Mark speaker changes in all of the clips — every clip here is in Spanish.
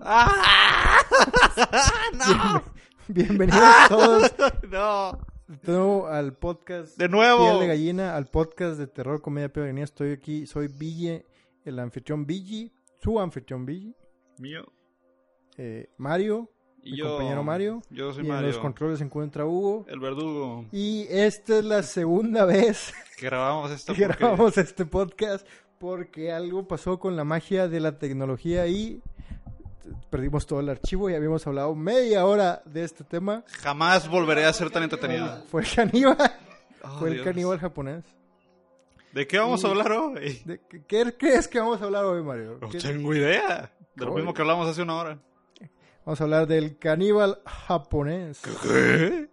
Speaker 1: ¡Ah! ¡No! ¡Ah!
Speaker 2: Bienvenidos todos
Speaker 1: ¡No!
Speaker 2: de nuevo al podcast
Speaker 1: ¡De nuevo!
Speaker 2: Piel de Gallina, al podcast de terror, comedia, piel de gallina. Estoy aquí, soy Ville, el anfitrión Ville, su anfitrión Ville,
Speaker 1: Mío.
Speaker 2: eh, Mario,
Speaker 1: Y
Speaker 2: mi
Speaker 1: yo.
Speaker 2: compañero Mario.
Speaker 1: Yo soy
Speaker 2: y en los
Speaker 1: Mario.
Speaker 2: controles se encuentra Hugo.
Speaker 1: El verdugo.
Speaker 2: Y esta es la segunda vez
Speaker 1: Que grabamos esta
Speaker 2: que
Speaker 1: porquería.
Speaker 2: grabamos este podcast porque algo pasó con la magia de la tecnología y t- perdimos todo el archivo y habíamos hablado media hora de este tema.
Speaker 1: Jamás volveré a ser tan entretenido.
Speaker 2: Fue el caníbal,
Speaker 1: Oh,
Speaker 2: Ah, fue el
Speaker 1: Dios.
Speaker 2: caníbal japonés.
Speaker 1: ¿De qué vamos a hablar hoy?
Speaker 2: ¿De qué, er-, qué crees que vamos a hablar hoy, Mario?
Speaker 1: No
Speaker 2: ¿Qué-
Speaker 1: tengo idea. De lo
Speaker 2: Hoy.
Speaker 1: mismo que hablamos hace una hora.
Speaker 2: Vamos a hablar del caníbal japonés.
Speaker 1: ¿Qué?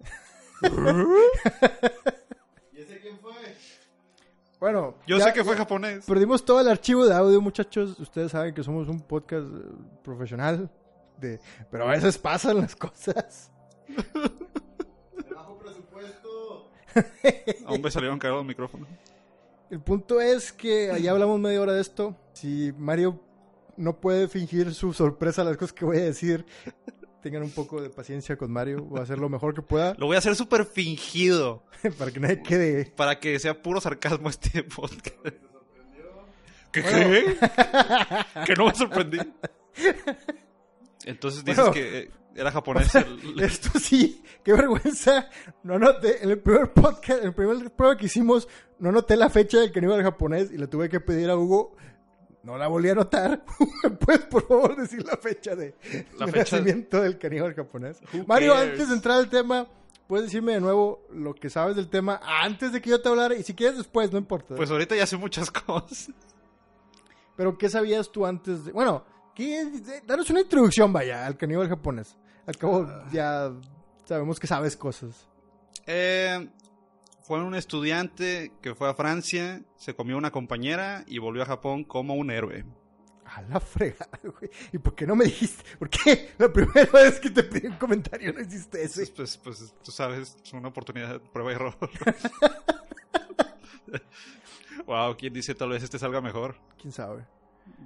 Speaker 2: Bueno,
Speaker 1: Yo
Speaker 2: ya-
Speaker 1: sé que fue japonés.
Speaker 2: Perdimos todo el archivo de audio, muchachos. Ustedes saben que somos un podcast eh, profesional. De... Pero a veces pasan las cosas.
Speaker 1: Aún me salieron cagados el micrófono.
Speaker 2: El punto es que allá hablamos media hora de esto. Si Mario no puede fingir su sorpresa a las cosas que voy a decir, tengan un poco de paciencia con Mario. Voy a hacer lo mejor que pueda
Speaker 1: Lo voy a hacer súper fingido.
Speaker 2: para que nadie quede.
Speaker 1: Para que sea puro sarcasmo este podcast. ¿Qué?
Speaker 2: Bueno.
Speaker 1: qué? que no me sorprendí. Entonces dices
Speaker 2: Bueno.
Speaker 1: que eh, era japonés. el-
Speaker 2: Esto sí, qué vergüenza. No noté, en el primer podcast, en el primer prueba que hicimos, no noté la fecha del caníbal japonés y le tuve que pedir a Hugo. No la volví a anotar. ¿Puedes por favor decir la fecha de,
Speaker 1: La
Speaker 2: de
Speaker 1: fecha-
Speaker 2: nacimiento del caníbal japonés?
Speaker 1: Who
Speaker 2: Mario,
Speaker 1: cares?
Speaker 2: antes de entrar al tema, puedes decirme de nuevo lo que sabes del tema antes de que yo te hablara y si quieres después, no importa.
Speaker 1: Pues ahorita ya sé muchas cosas.
Speaker 2: Pero ¿qué sabías tú antes de... Bueno, ¿qué... de- danos una introducción, vaya, al caníbal japonés. Al cabo,
Speaker 1: Ah.
Speaker 2: ya sabemos que sabes cosas.
Speaker 1: Eh, fue un estudiante que fue a Francia, se comió una compañera y volvió a Japón como un héroe.
Speaker 2: A la fregada, güey. ¿Y por qué no me dijiste? ¿Por qué la primera vez que te pedí un comentario no hiciste eso?
Speaker 1: Pues, pues, pues, tú sabes, es una oportunidad, prueba y error. wow, ¿quién dice tal vez este salga mejor?
Speaker 2: ¿Quién sabe?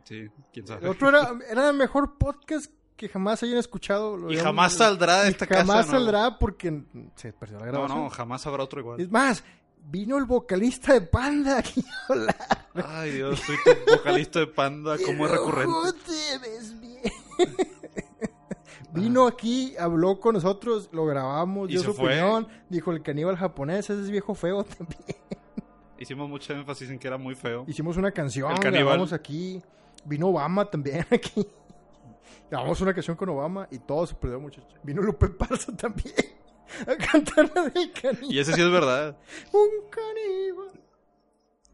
Speaker 1: Sí, quién
Speaker 2: El
Speaker 1: sabe.
Speaker 2: otro era, era el mejor podcast que jamás hayan escuchado. lo
Speaker 1: Y
Speaker 2: habíamos-
Speaker 1: jamás saldrá de esta
Speaker 2: jamás
Speaker 1: casa. ¿no?
Speaker 2: saldrá porque se perdió la
Speaker 1: No,
Speaker 2: grabación.
Speaker 1: no, jamás habrá otro igual.
Speaker 2: Es más, vino el vocalista de Panda aquí a hablar.
Speaker 1: Ay, Dios, soy tu vocalista de panda, como es recurrente.
Speaker 2: Joder, es bien. Vino aquí, habló con nosotros, lo grabamos,
Speaker 1: Y
Speaker 2: dio
Speaker 1: se
Speaker 2: su
Speaker 1: fue.
Speaker 2: opinión, dijo el caníbal japonés, ese es viejo feo también.
Speaker 1: Hicimos mucho énfasis en que era muy feo.
Speaker 2: Hicimos una canción,
Speaker 1: El caníbal.
Speaker 2: grabamos aquí. Vino Obama también aquí. Grabamos una canción con Obama y todo se perdió, muchachos. Vino Lupe Parza también a cantar la del caníbal.
Speaker 1: Y ese sí es verdad.
Speaker 2: Un caníbal.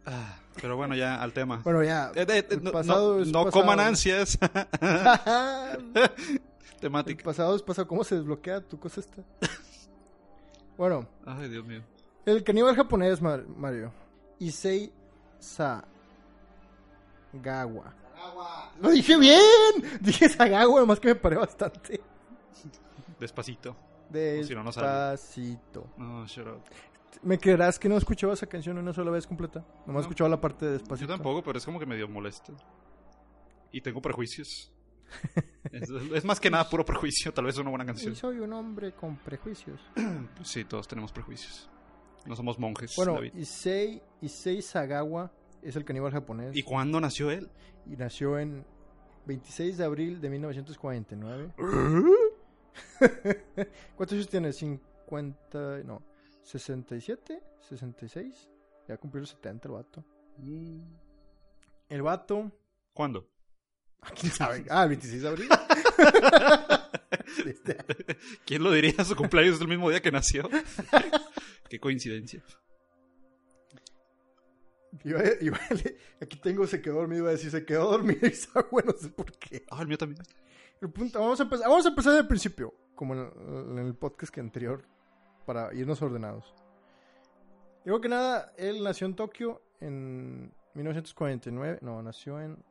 Speaker 1: Ah, Pero bueno, ya al tema.
Speaker 2: Bueno, ya.
Speaker 1: Eh, eh, eh,
Speaker 2: el
Speaker 1: no
Speaker 2: pasado
Speaker 1: no-
Speaker 2: es
Speaker 1: no
Speaker 2: pasado.
Speaker 1: coman ansias.
Speaker 2: El
Speaker 1: Temática.
Speaker 2: pasado es pasado. ¿Cómo se desbloquea tu cosa esta? bueno,
Speaker 1: Ay, Dios mío.
Speaker 2: el caníbal japonés, Mar- Mario. Issei Sagawa. Lo dije bien. Dije Sagawa, nomás que me paré bastante.
Speaker 1: Despacito.
Speaker 2: Despacito.
Speaker 1: si no, no sale. No, shut up.
Speaker 2: ¿Me creerás que no escuchaba esa canción una sola vez completa? Nomás escuchaba la parte de
Speaker 1: Yo
Speaker 2: Despacito.
Speaker 1: tampoco, pero es como que medio molesto. Y tengo prejuicios. es, es más que nada puro prejuicio. Tal vez es una buena
Speaker 2: Y
Speaker 1: canción.
Speaker 2: soy un hombre con prejuicios.
Speaker 1: Pues sí, todos tenemos prejuicios. No somos monjes,
Speaker 2: Bueno,
Speaker 1: David.
Speaker 2: Issei, Issei Sagawa es el caníbal japonés.
Speaker 1: ¿Y cuándo nació él?
Speaker 2: y nació en 26 de abril de 1949. ¿Cuántos años tiene? 50, no, 67, 66. Ya cumplió los 70 el vato. El vato,
Speaker 1: ¿Cuándo?
Speaker 2: quién sabe. Ah, el 26 de abril. De este año.
Speaker 1: ¿Quién lo diría? Su cumpleaños es el mismo día que nació. Qué coincidencia.
Speaker 2: Iba- iba- aquí tengo se quedó dormido, iba a decir se quedó dormido y sabe, bueno, no sé por qué.
Speaker 1: Ah, el mío también.
Speaker 2: El punto- vamos, a empezar, vamos a empezar del principio, como en el, en el podcast que anterior, para irnos ordenados. Digo que nada, él nació en Tokio en 1949. No, nació en.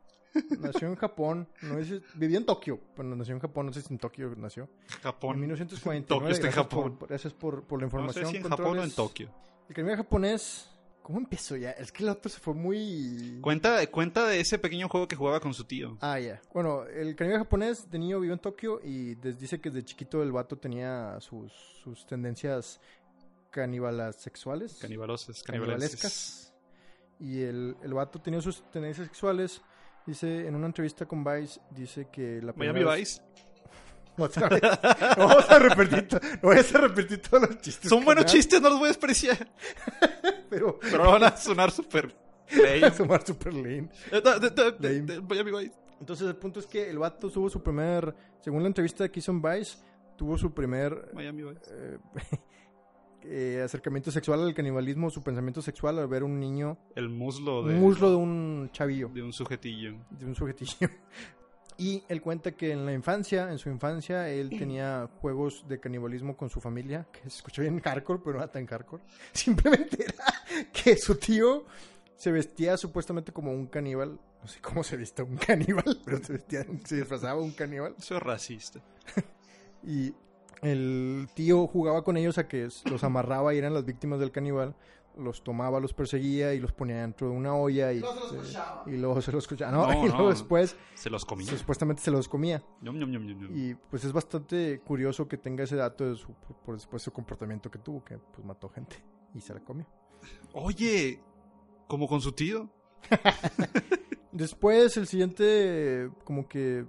Speaker 2: Nació en Japón. No dice- vivía en Tokio, pero nació en Japón. No sé si en Tokio nació. En
Speaker 1: Japón.
Speaker 2: 1949.
Speaker 1: Tokio está en
Speaker 2: gracias
Speaker 1: Japón.
Speaker 2: por- gracias por, por la
Speaker 1: No sé
Speaker 2: información.
Speaker 1: si en Japón o
Speaker 2: controles.
Speaker 1: en Tokio.
Speaker 2: El caníbal japonés ¿Cómo empiezo ya? Es que el otro se fue muy...
Speaker 1: Cuenta, cuenta de ese pequeño juego que jugaba con su tío.
Speaker 2: Ah, ya. Bueno, el caníbal japonés de niño vivió en Tokio y les dice que desde chiquito el vato tenía sus, sus tendencias caníbalas sexuales.
Speaker 1: Canibalosas, canibalescas.
Speaker 2: canibalescas. Y el, el vato tenía sus tendencias sexuales. Dice, en una entrevista con Vice, dice que la
Speaker 1: Miami
Speaker 2: vez-
Speaker 1: Vice.
Speaker 2: Otra vez. No vamos a repetir, to- no vayas a repetir todos los chistes.
Speaker 1: Son
Speaker 2: que
Speaker 1: buenos
Speaker 2: me dan,
Speaker 1: chistes, no los voy a despreciar.
Speaker 2: Pero
Speaker 1: Pero van a sonar súper.
Speaker 2: va a
Speaker 1: lame.
Speaker 2: sumar super lame.
Speaker 1: Eh, da- da- da- da-
Speaker 2: Lame.
Speaker 1: da- Miami Vice.
Speaker 2: Entonces el punto es que el vato tuvo su primer, según la entrevista que hizo en Vice, tuvo su primer
Speaker 1: Miami Vice.
Speaker 2: eh, eh, acercamiento sexual al canibalismo, su pensamiento sexual al ver un niño,
Speaker 1: El muslo de,
Speaker 2: un muslo de un chavillo,
Speaker 1: de un sujetillo.
Speaker 2: de un sujetillo. Y él cuenta que en la infancia, en su infancia, él tenía juegos de canibalismo con su familia, que se escuchó bien hardcore, pero no era tan hardcore. Simplemente era que su tío se vestía supuestamente como un caníbal. No sé cómo se viste un caníbal, pero se vestía, se disfrazaba de un caníbal.
Speaker 1: Eso es racista.
Speaker 2: Y el tío jugaba con ellos a que s- los amarraba y eran las víctimas del caníbal. Los tomaba, los perseguía y los ponía dentro de una olla y, eh, y luego se los escuchaba. No,
Speaker 1: No,
Speaker 2: y luego
Speaker 1: no.
Speaker 2: después
Speaker 1: Se los comía.
Speaker 2: se- supuestamente se los comía.
Speaker 1: Ñom, ñom, ñom, ñom, ñom.
Speaker 2: Y pues es bastante curioso que tenga ese dato de su, por- por después su comportamiento que tuvo, que pues mató gente y se la comió.
Speaker 1: Oye, como con su tío.
Speaker 2: Después el siguiente, como que...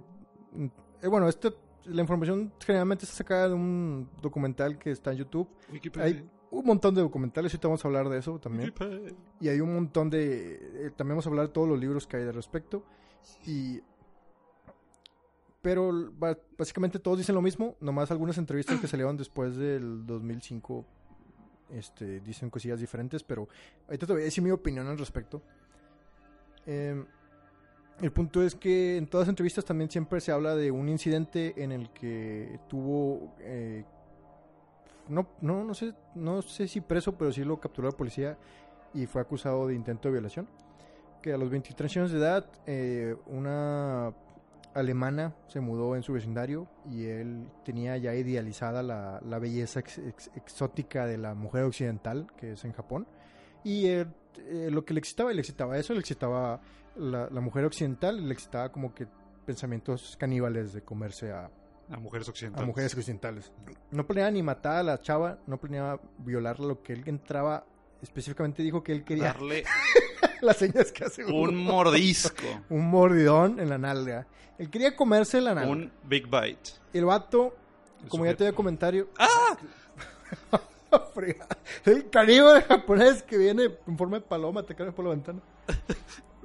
Speaker 2: mm, eh, bueno, este, la información generalmente se saca de un documental que está en YouTube.
Speaker 1: Wikipedia.
Speaker 2: Hay un montón de documentales, ahorita vamos a hablar de eso también.
Speaker 1: Wikipedia.
Speaker 2: Y hay un montón de... eh, también vamos a hablar de todos los libros que hay al respecto. Y... Pero ba- básicamente todos dicen lo mismo, nomás algunas entrevistas que salieron después del 2005 este, dicen cosillas diferentes, pero ahorita te voy a decir mi opinión al respecto. Eh, el punto es que en todas las entrevistas también siempre se habla de un incidente en el que tuvo... eh, no, no, no, sé, no sé si preso, pero sí lo capturó la policía y fue acusado de intento de violación. Que a los 23 años de edad, eh, una alemana se mudó en su vecindario y él tenía ya idealizada la, la belleza ex- ex- exótica de la mujer occidental, que es en Japón. Y él, eh, lo que le excitaba, le excitaba eso, le excitaba la, la mujer occidental, y le excitaba como que pensamientos caníbales de comerse a,
Speaker 1: A mujeres
Speaker 2: a
Speaker 1: occidentales.
Speaker 2: mujeres occidentales. No planeaba ni matar a la chava, no planeaba violarla, lo que él entraba específicamente dijo que él quería
Speaker 1: Darle
Speaker 2: las señas que hace uno.
Speaker 1: un mordisco.
Speaker 2: Un mordidón en la nalga. Él quería comerse la nalga.
Speaker 1: un big bite.
Speaker 2: El vato,
Speaker 1: El
Speaker 2: como ya
Speaker 1: sujeto.
Speaker 2: te había comentario.
Speaker 1: ¡Ah!
Speaker 2: Friga. El caníbal japonés que viene en forma de paloma, te cae por la ventana.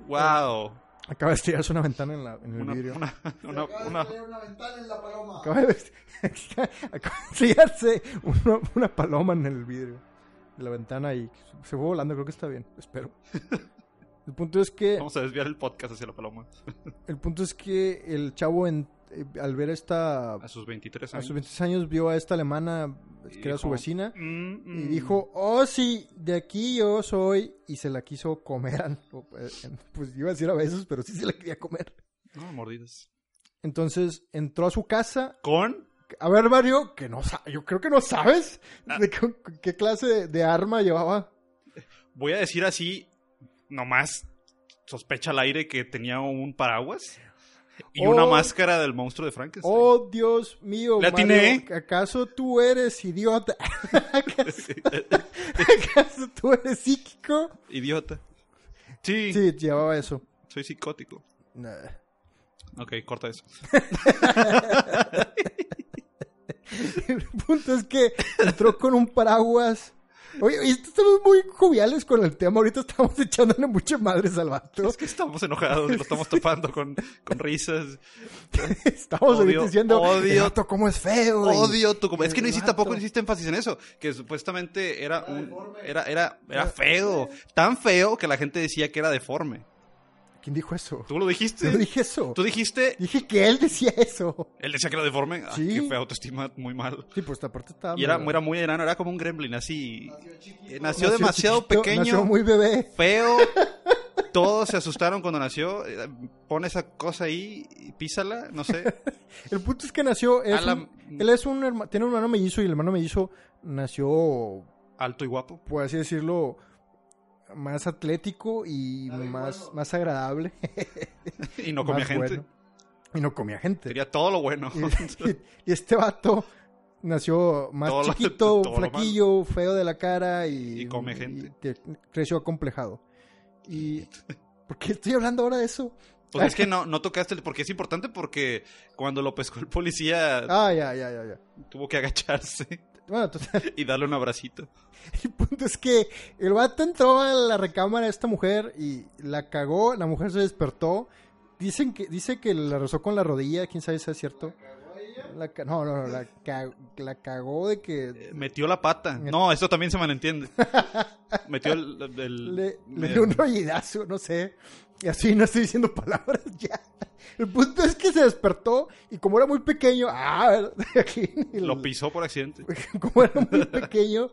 Speaker 1: ¡Wow!
Speaker 2: Acaba de estirarse una ventana en, la, en el
Speaker 1: Una,
Speaker 2: vidrio.
Speaker 1: una, una, una-
Speaker 3: ventana en la paloma.
Speaker 2: Acaba de, acaba de estirarse una, una paloma en el vidrio de la ventana y se fue volando. Creo que está bien, espero. El punto es que.
Speaker 1: Vamos a desviar el podcast hacia la paloma.
Speaker 2: El punto es que el chavo, en- eh, al ver esta
Speaker 1: A sus 23
Speaker 2: A
Speaker 1: años.
Speaker 2: sus 26 años vio a esta alemana pues, que
Speaker 1: Y
Speaker 2: era su
Speaker 1: dijo,
Speaker 2: vecina
Speaker 1: Mm,
Speaker 2: y
Speaker 1: mm.
Speaker 2: dijo, oh sí, de aquí yo soy y se la quiso comer. O, eh, Pues iba a decir a besos, pero sí se la quería comer.
Speaker 1: No, mordidas.
Speaker 2: Entonces entró a su casa.
Speaker 1: Con
Speaker 2: A ver, Mario, que no sa- yo creo que no sabes
Speaker 1: Ah.
Speaker 2: de qué, qué clase de, de arma llevaba.
Speaker 1: voy a decir así, nomás sospecha al aire que tenía un paraguas y
Speaker 2: Oh.
Speaker 1: una máscara del monstruo de Frankenstein.
Speaker 2: Oh, Dios mío,
Speaker 1: Le atiné.
Speaker 2: Mario, ¿acaso tú eres idiota? ¿Acaso, acaso tú eres psíquico?
Speaker 1: Idiota. Sí,
Speaker 2: Sí, llevaba eso.
Speaker 1: soy psicótico.
Speaker 2: Nah.
Speaker 1: Ok, corta eso.
Speaker 2: El punto es que entró con un paraguas. Oye, oye, estamos muy joviales con el tema. Ahorita estamos echándole muchas madres al vato.
Speaker 1: Es que estamos enojados, lo estamos tapando con, con risas.
Speaker 2: Estamos ahorita
Speaker 1: Odio,
Speaker 2: diciendo,
Speaker 1: odio.
Speaker 2: el vato cómo es feo. y-
Speaker 1: Odio tu como Es que no
Speaker 2: El
Speaker 1: hiciste
Speaker 2: vato.
Speaker 1: tampoco no hiciste énfasis en eso. Que supuestamente era un era, era, era feo. Tan feo que la gente decía que era deforme.
Speaker 2: ¿Quién dijo eso?
Speaker 1: ¿Tú lo dijiste?
Speaker 2: Yo dije eso.
Speaker 1: Tú dijiste.
Speaker 2: Dije que él decía eso.
Speaker 1: Él decía que era deforme. Ah,
Speaker 2: Sí.
Speaker 1: Qué feo, autoestima muy mal.
Speaker 2: Sí, pues esta parte estaba...
Speaker 1: Y era,
Speaker 2: medio-
Speaker 1: era muy enano, era como un gremlin, así. Eh, Nació,
Speaker 2: nació
Speaker 1: demasiado
Speaker 2: chiquito,
Speaker 1: pequeño,
Speaker 2: Nació muy bebé.
Speaker 1: feo. Todos se asustaron cuando nació. Eh, Pon esa cosa ahí, y písala, no sé.
Speaker 2: El punto es que nació... es
Speaker 1: A la-
Speaker 2: un- él es un hermano... Tiene un hermano mellizo y el hermano mellizo nació
Speaker 1: Alto y guapo.
Speaker 2: por así decirlo, más atlético y
Speaker 3: Sabe
Speaker 2: más,
Speaker 3: bueno.
Speaker 2: más agradable.
Speaker 1: Y no comía
Speaker 2: más
Speaker 1: gente.
Speaker 2: bueno. Y no comía gente.
Speaker 1: Sería todo lo bueno.
Speaker 2: Este, Y, y este vato nació más
Speaker 1: Todo lo-
Speaker 2: chiquito,
Speaker 1: todo lo
Speaker 2: flaquillo, feo de la cara y,
Speaker 1: Y come gente.
Speaker 2: y te- creció acomplejado. Y ¿por qué estoy hablando ahora de eso?
Speaker 1: Pues es que no, no tocaste, el- porque es importante porque cuando lo pescó el policía
Speaker 2: Ah, ya, ya, ya, ya.
Speaker 1: tuvo que agacharse
Speaker 2: Bueno, total,
Speaker 1: y darle un abracito.
Speaker 2: el punto es que el vato entró a la recámara de esta mujer y la cagó, la mujer se despertó. Dicen que dice que la rozó con la rodilla, quién sabe si es cierto. La ca- no, no, no, la, ca- la cagó de que
Speaker 1: Eh, Metió la pata. No, eso también se malentiende. Metió el... el-
Speaker 2: Le, le
Speaker 1: el-
Speaker 2: dio un rollidazo, no sé. Y así no estoy diciendo palabras ya. El punto es que se despertó y como era muy pequeño, ah, aquí, el-
Speaker 1: lo pisó por accidente.
Speaker 2: como era muy pequeño,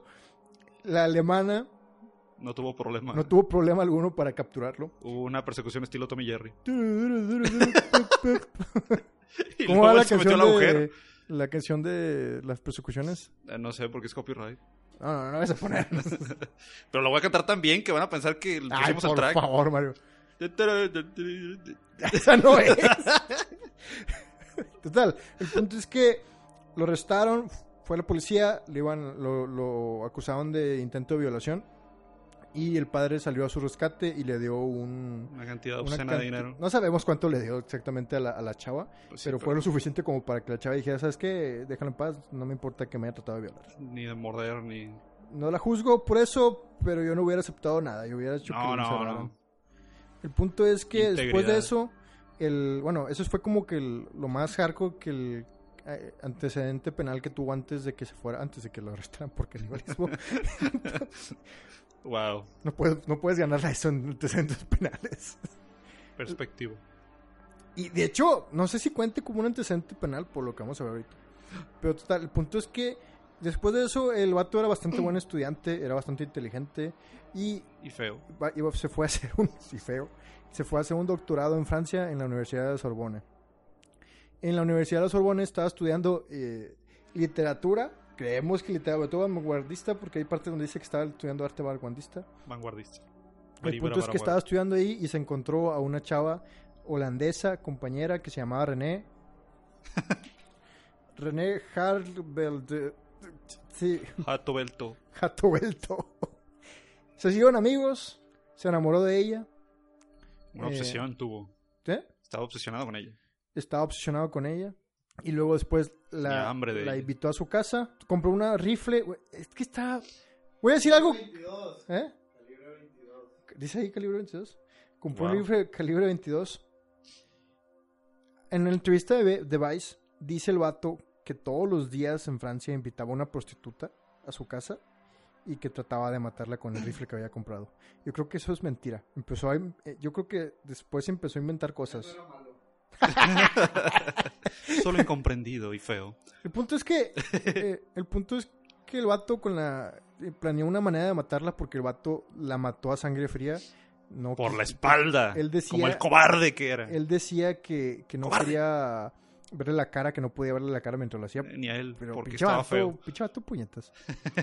Speaker 2: la alemana
Speaker 1: No tuvo problema.
Speaker 2: no tuvo problema alguno para capturarlo.
Speaker 1: Hubo una persecución estilo Tommy Jerry.
Speaker 2: ¿Cómo
Speaker 1: Y luego
Speaker 2: va la
Speaker 1: se metió
Speaker 2: canción
Speaker 1: al agujero.
Speaker 2: de la canción de las persecuciones?
Speaker 1: Eh, No sé, porque es copyright.
Speaker 2: No, no, no la vas a poner.
Speaker 1: Pero lo voy a cantar tan bien que van a pensar que le
Speaker 2: Ay,
Speaker 1: pusimos el
Speaker 2: por
Speaker 1: track.
Speaker 2: favor, Mario. Esa no es. Total, el punto es que lo arrestaron, fue la policía, le iban, lo, lo acusaban de intento de violación y el padre salió a su rescate y le dio un...
Speaker 1: Una cantidad
Speaker 2: una
Speaker 1: obscena de
Speaker 2: canti-
Speaker 1: dinero.
Speaker 2: No sabemos cuánto le dio exactamente a la, a la chava,
Speaker 1: Pues sí,
Speaker 2: pero fue lo suficiente como para que la chava dijera, ¿sabes qué? Déjalo en paz, no me importa que me haya tratado de violar.
Speaker 1: Ni de morder, ni...
Speaker 2: No la juzgo por eso, pero yo no hubiera aceptado nada, yo hubiera hecho que lo
Speaker 1: No, no,
Speaker 2: encerraran.
Speaker 1: no.
Speaker 2: El punto es que después
Speaker 1: Integridad.
Speaker 2: de eso, el, bueno, eso fue como que el- lo más hardcore que el eh, antecedente penal que tuvo antes de que se fuera, antes de que lo arrestaran por canibalismo.
Speaker 1: Wow.
Speaker 2: no, puedes, no puedes ganar eso en antecedentes penales.
Speaker 1: Perspectivo.
Speaker 2: Y de hecho, no sé si cuente como un antecedente penal por lo que vamos a ver ahorita. Pero total, el punto es que después de eso, el vato era bastante buen estudiante, era bastante inteligente y
Speaker 1: Y feo.
Speaker 2: va- iba- se fue a hacer un sí, feo, se fue a hacer un doctorado en Francia en la Universidad de Sorbona. En la Universidad de la Sorbona estaba estudiando eh, literatura, creemos que literatura vanguardista, porque hay parte donde dice que estaba estudiando arte vanguardista.
Speaker 1: Vanguardista.
Speaker 2: El punto es que estaba estudiando ahí y se encontró a una chava holandesa, compañera, que se llamaba René. René Harveld. Sí.
Speaker 1: Jato belto.
Speaker 2: Jato vuelto. Se hicieron amigos, se enamoró de ella.
Speaker 1: Una
Speaker 2: Eh,
Speaker 1: obsesión tuvo.
Speaker 2: ¿eh?
Speaker 1: Estaba obsesionado con ella.
Speaker 2: Estaba obsesionado con ella. Y luego después
Speaker 1: Tenía
Speaker 2: la,
Speaker 1: hambre de
Speaker 2: la
Speaker 1: ella.
Speaker 2: invitó a su casa, compró una rifle. güey, Es que está... Voy a decir algo...
Speaker 3: 22,
Speaker 2: ¿Eh?
Speaker 3: calibre 22.
Speaker 2: ¿Dice ahí calibre 22? Compró un
Speaker 1: Wow.
Speaker 2: rifle calibre 22. En la entrevista de, Ve- de Vice, dice el vato que todos los días en Francia invitaba a una prostituta a su casa y que trataba de matarla con el rifle que había comprado. Yo creo que eso es mentira. Empezó a, in- eh, yo creo que después empezó a inventar cosas.
Speaker 3: Eso era malo.
Speaker 1: Solo incomprendido y feo.
Speaker 2: El punto es que eh, el punto es que el vato con la eh, planeó una manera de matarla porque el vato la mató a sangre fría. No
Speaker 1: Por
Speaker 2: quis-
Speaker 1: la espalda.
Speaker 2: Él decía-
Speaker 1: Como el cobarde que era.
Speaker 2: Él decía que, que no
Speaker 1: Cobarde.
Speaker 2: quería verle la cara, que no podía verle la cara mientras lo hacía.
Speaker 1: Ni a él,
Speaker 2: Pero
Speaker 1: porque
Speaker 2: pinche
Speaker 1: estaba
Speaker 2: vato,
Speaker 1: feo.
Speaker 2: pinche vato puñetas.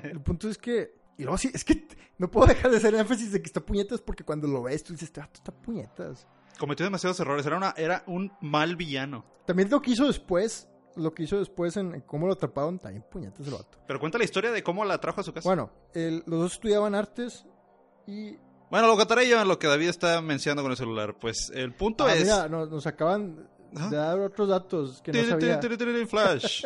Speaker 2: El punto es que. Y luego sí, es que t- no puedo dejar de hacer énfasis de que está puñetas porque cuando lo ves tú dices, este vato está puñetas.
Speaker 1: Cometió demasiados errores. Era, una, era un mal villano.
Speaker 2: También lo que hizo después, lo que hizo después en, en cómo lo atraparon, también puñetas el vato.
Speaker 1: Pero cuenta la historia de cómo la trajo a su casa. Bueno,
Speaker 2: Bueno, el- los dos estudiaban artes y.
Speaker 1: lo contaré yo en lo que David está mencionando con el celular. Pues el punto
Speaker 2: Ah,
Speaker 1: es.
Speaker 2: mira, no- nos, acaban
Speaker 1: Ajá.
Speaker 2: de dar otros datos que no
Speaker 1: Tiri, tiri,
Speaker 2: sabía.
Speaker 1: tiri, tiri, Flash.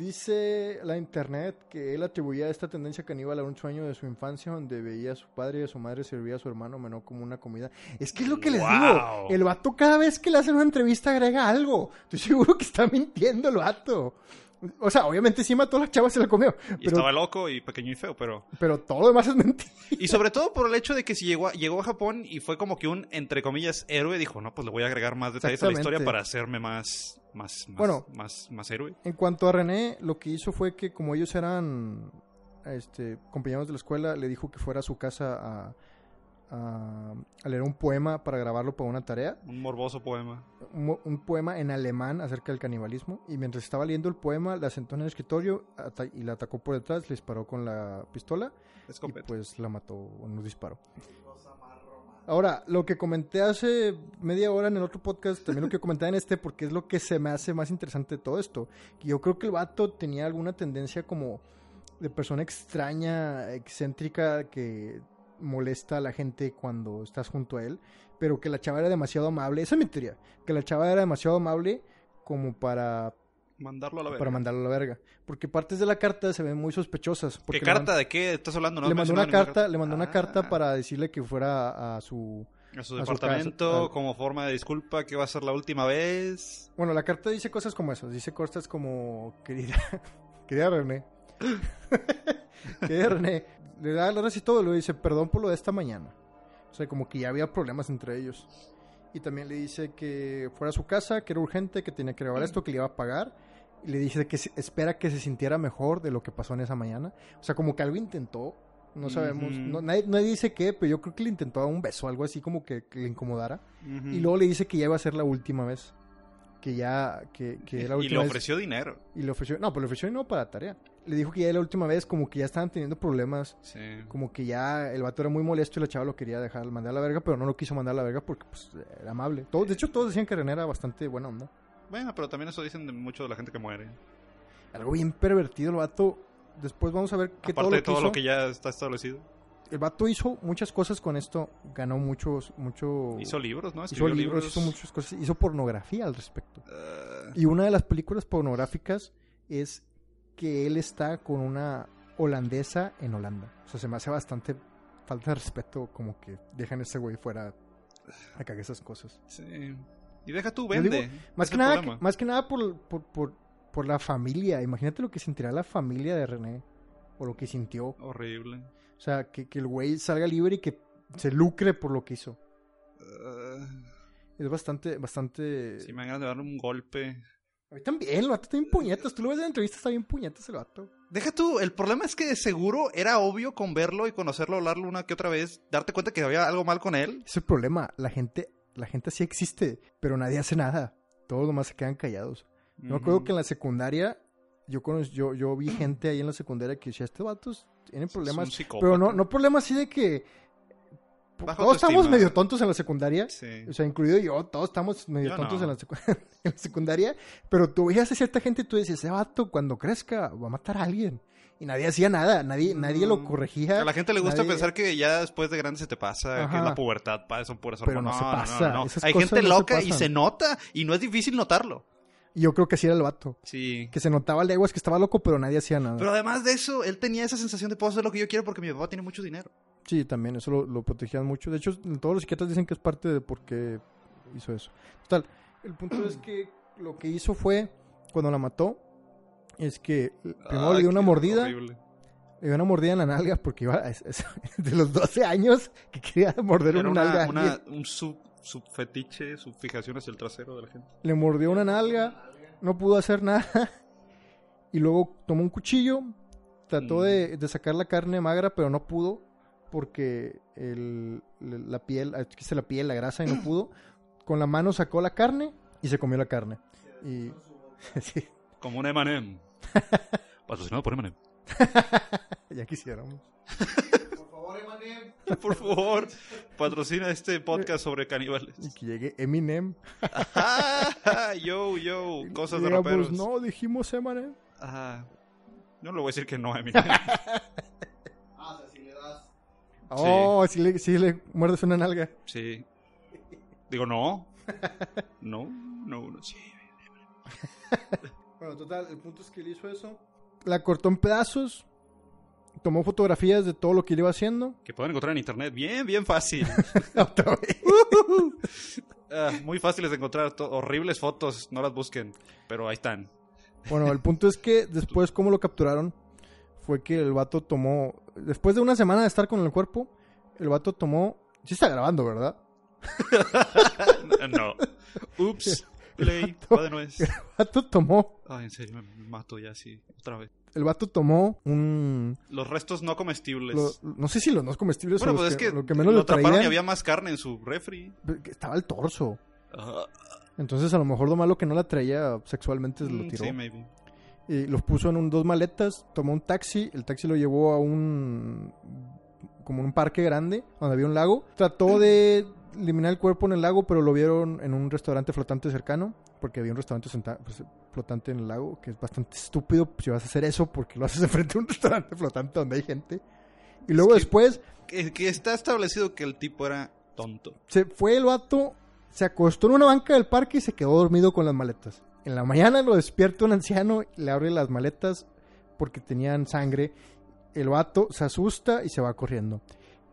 Speaker 2: Dice la internet que él atribuía esta tendencia caníbal a un sueño de su infancia donde veía a su padre y a su madre servir a su hermano menor como una comida. Es que es lo que les digo.
Speaker 1: ¡Guau!
Speaker 2: El vato cada vez que le hacen una entrevista agrega algo. Estoy seguro que está mintiendo el vato. O sea, obviamente sí mató a la chava, se la comió.
Speaker 1: Y
Speaker 2: Pero,
Speaker 1: estaba loco y pequeño y feo, pero.
Speaker 2: pero todo lo demás es mentira.
Speaker 1: Y sobre todo por el hecho de que si llegó a, llegó a Japón y fue como que un, entre comillas, héroe, dijo, no, pues le voy a agregar más detalles a la
Speaker 2: Exactamente.
Speaker 1: historia para hacerme más, más, más,
Speaker 2: Bueno.
Speaker 1: más, más héroe.
Speaker 2: En cuanto a René, lo que hizo fue que como ellos eran este, compañeros de la escuela, le dijo que fuera a su casa a- a- a leer un poema para grabarlo para una tarea.
Speaker 1: Un morboso poema.
Speaker 2: un, mo- un poema en alemán acerca del canibalismo y mientras estaba leyendo el poema la sentó en el escritorio ata- y la atacó por detrás, le disparó con la pistola y
Speaker 1: Escopeta.
Speaker 2: pues la mató, o no disparó.
Speaker 3: Rosa
Speaker 2: Ahora, lo que comenté hace media hora en el otro podcast, también lo que comenté en este, porque es lo que se me hace más interesante de todo esto. Que Yo creo que el vato tenía alguna tendencia como de persona extraña, excéntrica, que molesta a la gente cuando estás junto a él, pero que la chava era demasiado amable. Esa es mi teoría, que la chava era demasiado amable como para,
Speaker 1: Mandarlo a la
Speaker 2: para
Speaker 1: verga.
Speaker 2: mandarlo a la verga. Porque partes de la carta se ven muy sospechosas.
Speaker 1: ¿Qué
Speaker 2: porque le
Speaker 1: carta? ¿De qué estás hablando? No
Speaker 2: le
Speaker 1: has
Speaker 2: mandó
Speaker 1: mencionado
Speaker 2: una
Speaker 1: ninguna
Speaker 2: carta, le mandó una carta
Speaker 1: Ah.
Speaker 2: para decirle que fuera a- a su
Speaker 1: A su
Speaker 2: a su
Speaker 1: departamento,
Speaker 2: casa, al-
Speaker 1: como forma de disculpa, que va a ser la última vez.
Speaker 2: Bueno, la carta dice cosas como esas. Dice cosas como, querida, querida René. querida René. Le da las gracias y todo. y Luego dice, perdón por lo de esta mañana. O sea, como que ya había problemas entre ellos. Y también le dice que fuera a su casa, que era urgente, que tenía que grabar esto, que le iba a pagar. Y le dice que se- espera que se sintiera mejor de lo que pasó en esa mañana. O sea, como que algo intentó. No sabemos.
Speaker 1: Ujú.
Speaker 2: no- nadie, nadie dice qué, pero yo creo que le intentó dar un beso, algo así como que- que le incomodara.
Speaker 1: Ujú.
Speaker 2: Y luego le dice que ya iba a ser la última vez. Que ya, que, que era la
Speaker 1: Y- y le
Speaker 2: última vez.
Speaker 1: ofreció dinero.
Speaker 2: Y le ofreció, no, pero le ofreció no para tarea. Le dijo que ya era la última vez, como que ya estaban teniendo problemas.
Speaker 1: Sí.
Speaker 2: Como que ya el vato era muy molesto y la chava lo quería dejar, mandar a la verga, pero no lo quiso mandar a la verga porque pues, era amable. Todos, de hecho, todos decían que René era bastante buena onda.
Speaker 1: Bueno, pero también eso dicen de mucho de la gente que muere.
Speaker 2: Algo bien pervertido el vato. Después vamos a ver
Speaker 1: Aparte
Speaker 2: que todo lo
Speaker 1: de
Speaker 2: que,
Speaker 1: todo
Speaker 2: hizo,
Speaker 1: lo que ya está establecido.
Speaker 2: El vato hizo muchas cosas con esto. Ganó muchos, mucho...
Speaker 1: Hizo libros, ¿no?
Speaker 2: hizo
Speaker 1: Escribió
Speaker 2: libros, hizo muchas cosas. Hizo pornografía al respecto.
Speaker 1: Ah,
Speaker 2: Y una de las películas pornográficas es que él está con una holandesa en Holanda. O sea, se me hace bastante falta de respeto como que dejan a ese güey fuera a cagar esas cosas.
Speaker 1: sí. Y deja tú,
Speaker 2: Yo digo,
Speaker 1: vende.
Speaker 2: Más
Speaker 1: Es
Speaker 2: que,
Speaker 1: el
Speaker 2: nada,
Speaker 1: problema.
Speaker 2: más que nada por, por, por, por la familia. Imagínate lo que sentirá la familia de René o lo que sintió. O
Speaker 1: Horrible.
Speaker 2: sea, que, que el güey salga libre y que se lucre por lo que hizo. Eh.
Speaker 1: Ah,
Speaker 2: Es bastante, bastante...
Speaker 1: sí, me dan ganas de darle un golpe.
Speaker 2: A mí también, el vato está bien puñetas. Tú lo ves en la entrevista, está bien puñetas el vato.
Speaker 1: Deja tú, el problema es que de seguro era obvio con verlo y conocerlo, hablarlo una que otra vez, darte cuenta que había algo mal con él.
Speaker 2: Es el problema. La gente, la gente sí existe, pero nadie hace nada. Todos nomás se quedan callados. Yo me acuerdo
Speaker 1: Ujú.
Speaker 2: que en la secundaria, yo, cono- yo, yo vi gente ahí en la secundaria que decía, este vato es- tiene problemas.
Speaker 1: Es un psicópata.
Speaker 2: Pero no, no problemas así de que
Speaker 1: Baja
Speaker 2: todos estamos
Speaker 1: autoestima.
Speaker 2: medio tontos en la secundaria.
Speaker 1: Sí.
Speaker 2: O sea, incluido yo, todos estamos medio
Speaker 1: Yo
Speaker 2: tontos
Speaker 1: no.
Speaker 2: en, la secu- en la secundaria. Pero tú veías a cierta gente y tú decías, ese vato cuando crezca va a matar a alguien. Y nadie hacía nada, nadie, nadie lo
Speaker 1: No.
Speaker 2: corregía.
Speaker 1: A Mm, la gente le gusta
Speaker 2: nadie-
Speaker 1: pensar que ya después de grande se te pasa, que
Speaker 2: Ajá.
Speaker 1: es la pubertad, pa, son puras
Speaker 2: Pero no
Speaker 1: hormonas.
Speaker 2: se pasa, esas
Speaker 1: Hay
Speaker 2: cosas
Speaker 1: gente
Speaker 2: no se
Speaker 1: loca y
Speaker 2: pasan.
Speaker 1: se nota y no es difícil notarlo.
Speaker 2: Y yo creo que así era el vato.
Speaker 1: Sí.
Speaker 2: Que se notaba leguas que estaba loco, pero nadie hacía nada.
Speaker 1: Pero además de eso, él tenía esa sensación de puedo hacer lo que yo quiero porque mi papá tiene mucho dinero.
Speaker 2: Sí, también, eso lo, lo protegían mucho. De hecho, todos los psiquiatras dicen que es parte de por qué hizo eso. Total, el punto es que lo que hizo fue, cuando la mató, es que primero
Speaker 1: Ay,
Speaker 2: le dio una
Speaker 1: qué
Speaker 2: mordida,
Speaker 1: horrible.
Speaker 2: le dio una mordida en la nalga, porque iba a- es- es- de los 12 años que quería morder
Speaker 1: Era
Speaker 2: una,
Speaker 1: una,
Speaker 2: nalga. a
Speaker 1: una-
Speaker 2: alguien.
Speaker 1: un sub, subfetiche, subfijación hacia el trasero de la gente.
Speaker 2: Le mordió una nalga, no pudo hacer nada, y luego tomó un cuchillo, trató
Speaker 1: Mm.
Speaker 2: de, de sacar la carne magra, pero no pudo, porque el- la piel, ah, quise la piel, la grasa, y no pudo. Con la mano sacó la carne y se comió la carne. Y sí,
Speaker 1: Como un Emanem. Patrocinado por Emanem.
Speaker 2: ya quisiéramos.
Speaker 3: Por favor, Emanem.
Speaker 1: Por favor, patrocina este podcast sobre caníbales.
Speaker 2: Y que llegue Eminem.
Speaker 1: Ah, yo, yo, cosas de
Speaker 2: Digamos,
Speaker 1: raperos.
Speaker 2: no, dijimos Eminem.
Speaker 1: Ah, yo no le voy a decir que no a mí.
Speaker 3: Ah, o sea, si le das.
Speaker 2: Oh, si le, si le muerdes una nalga.
Speaker 1: Sí. Digo, no. No, no, no. Sí.
Speaker 2: Bueno, total, el punto es que él hizo eso. La cortó en pedazos. Tomó fotografías de todo lo que él iba haciendo.
Speaker 1: Que pueden encontrar en internet. Bien, bien fácil.
Speaker 2: Otra vez.
Speaker 1: Ah, muy fáciles de encontrar. to- Horribles fotos. No las busquen. Pero ahí están.
Speaker 2: Bueno, el punto es que después, como lo capturaron, fue que el vato tomó. Después de una semana de estar con el cuerpo, el vato tomó. Sí, está grabando, ¿verdad?
Speaker 1: No. Ups. Play. Va de nuez.
Speaker 2: El vato tomó.
Speaker 1: Ay, en serio, me me mato ya así. Otra vez.
Speaker 2: El vato tomó un.
Speaker 1: Los restos no comestibles.
Speaker 2: lo- no sé si los no comestibles
Speaker 1: Pues, bueno,
Speaker 2: o los
Speaker 1: pues es
Speaker 2: que,
Speaker 1: que,
Speaker 2: lo que menos
Speaker 1: lo
Speaker 2: lo
Speaker 1: atraparon
Speaker 2: traían.
Speaker 1: y había más carne en su refri.
Speaker 2: que Estaba el torso.
Speaker 1: Ah,
Speaker 2: Entonces, a lo mejor lo malo que no la traía sexualmente lo
Speaker 1: mm,
Speaker 2: tiró.
Speaker 1: sí, maybe.
Speaker 2: y los puso en un, dos maletas, tomó un taxi, el taxi lo llevó a un como en un parque grande donde había un lago. Trató de eliminar el cuerpo en el lago, pero lo vieron en un restaurante flotante cercano, porque había un restaurante senta- pues, flotante en el lago, que es bastante estúpido si vas a hacer eso, porque lo haces enfrente de un restaurante flotante donde hay gente. Y luego
Speaker 1: que-
Speaker 2: después
Speaker 1: Que, que está establecido que el tipo era tonto.
Speaker 2: se fue el vato, se acostó en una banca del parque y se quedó dormido con las maletas. En la mañana lo despierta un anciano, le abre las maletas porque tenían sangre. El vato se asusta y se va corriendo.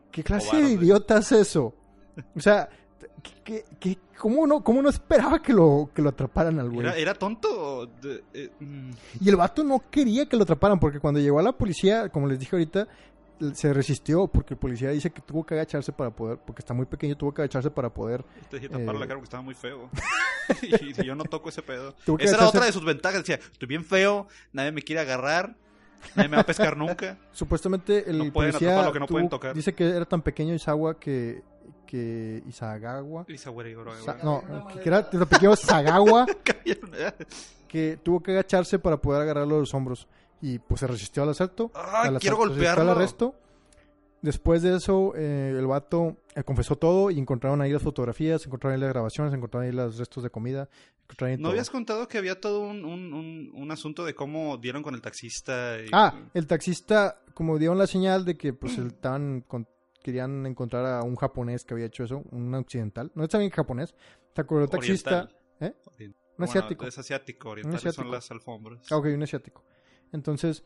Speaker 2: ¿Qué clase de
Speaker 1: Cobarde.
Speaker 2: idiota es eso? O sea, ¿qué- qué- qué- cómo, no, ¿cómo no esperaba que lo, que lo atraparan al güey?
Speaker 1: ¿Era, era tonto? o de- eh, mm,
Speaker 2: Y el vato no quería que lo atraparan porque cuando llegó a la policía, como les dije ahorita, se resistió porque el policía dice que tuvo que agacharse para poder, porque está muy pequeño, tuvo que agacharse para poder
Speaker 1: te dije taparle Este la
Speaker 2: Eh.
Speaker 1: cara porque estaba muy feo. y, y yo no toco ese pedo.
Speaker 2: Tuvo que
Speaker 1: Esa era
Speaker 2: hacerse-
Speaker 1: otra de sus ventajas. Decía, estoy bien feo, nadie me quiere agarrar, nadie me va a pescar nunca.
Speaker 2: Supuestamente el
Speaker 1: No pueden
Speaker 2: policía
Speaker 1: atrapar lo que no pueden tocar.
Speaker 2: dice que era tan pequeño Isawa que, que Isagawa...
Speaker 1: Y esa güera, y güera,
Speaker 2: Sa-
Speaker 1: güera.
Speaker 2: no, que era tan pequeño Sagawa que tuvo que agacharse para poder agarrarlo de los hombros y pues se resistió al asalto.
Speaker 1: Ah,
Speaker 2: al
Speaker 1: quiero
Speaker 2: asalto, se resistió
Speaker 1: golpearlo.
Speaker 2: Al arresto. Después de eso, eh, el vato eh, confesó todo y encontraron ahí las fotografías, encontraron ahí las grabaciones, encontraron ahí los restos de comida, encontraron ahí
Speaker 1: ¿No
Speaker 2: todo.
Speaker 1: habías contado que había todo un, un, un, un asunto de cómo dieron con el taxista? y-
Speaker 2: Ah, el taxista, como dieron la señal de que pues el- estaban con- querían encontrar a un japonés que había hecho eso, un occidental, no está bien japonés, se acordó el taxista,
Speaker 1: Oriental.
Speaker 2: ¿eh?
Speaker 1: Orien-
Speaker 2: un
Speaker 1: Bueno,
Speaker 2: asiático,
Speaker 1: es asiático, oriental
Speaker 2: asiático.
Speaker 1: son las alfombras.
Speaker 2: Ah, ok, un asiático. Entonces,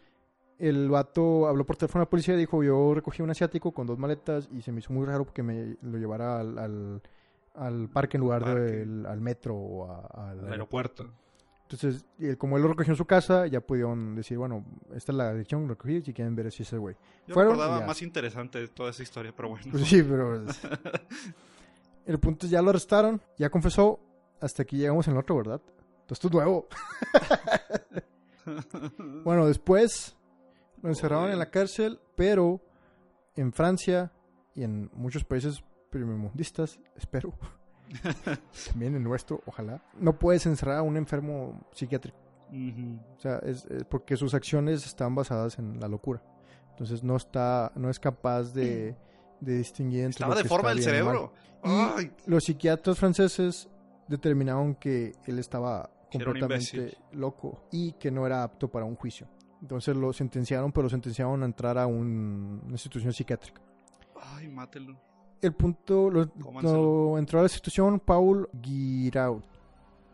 Speaker 2: el vato habló por teléfono a la policía y dijo, yo recogí a un asiático con dos maletas y se me hizo muy raro que me lo llevara al, al- al parque en lugar
Speaker 1: Parque.
Speaker 2: del al metro o a- al
Speaker 1: Al
Speaker 2: aeropuerto.
Speaker 1: aeropuerto.
Speaker 2: Entonces, y él- como él lo recogió en su casa, ya pudieron decir, bueno, esta es la dirección, lo recogí, si quieren ver si es ese güey.
Speaker 1: Yo
Speaker 2: Fueron y
Speaker 1: recordaba
Speaker 2: ya.
Speaker 1: más interesante de toda esa historia, pero bueno.
Speaker 2: Pues sí, pero. pues, El punto es ya lo arrestaron, ya confesó. Hasta aquí llegamos en el otro, ¿verdad? Entonces, Esto es nuevo. bueno, después lo encerraron en la cárcel, pero en Francia y en muchos países primermundistas, espero. También en nuestro, ojalá. No puedes encerrar a un enfermo psiquiátrico.
Speaker 1: Ujú.
Speaker 2: O sea, es, es porque sus acciones están basadas en la locura. Entonces no está, no es capaz de, de distinguir entre
Speaker 1: Estaba
Speaker 2: lo que
Speaker 1: deforme
Speaker 2: está
Speaker 1: el
Speaker 2: bien o mal.
Speaker 1: cerebro.
Speaker 2: Y
Speaker 1: Ay,
Speaker 2: los psiquiatras franceses determinaron que él estaba
Speaker 1: Que era un
Speaker 2: completamente
Speaker 1: imbécil.
Speaker 2: loco y que no era apto para un juicio. Entonces lo sentenciaron, pero lo sentenciaron a entrar a un- una institución psiquiátrica.
Speaker 1: ay, mátelo.
Speaker 2: El punto, lo,
Speaker 1: Cómanselo.
Speaker 2: lo entró a la institución Paul Giraud.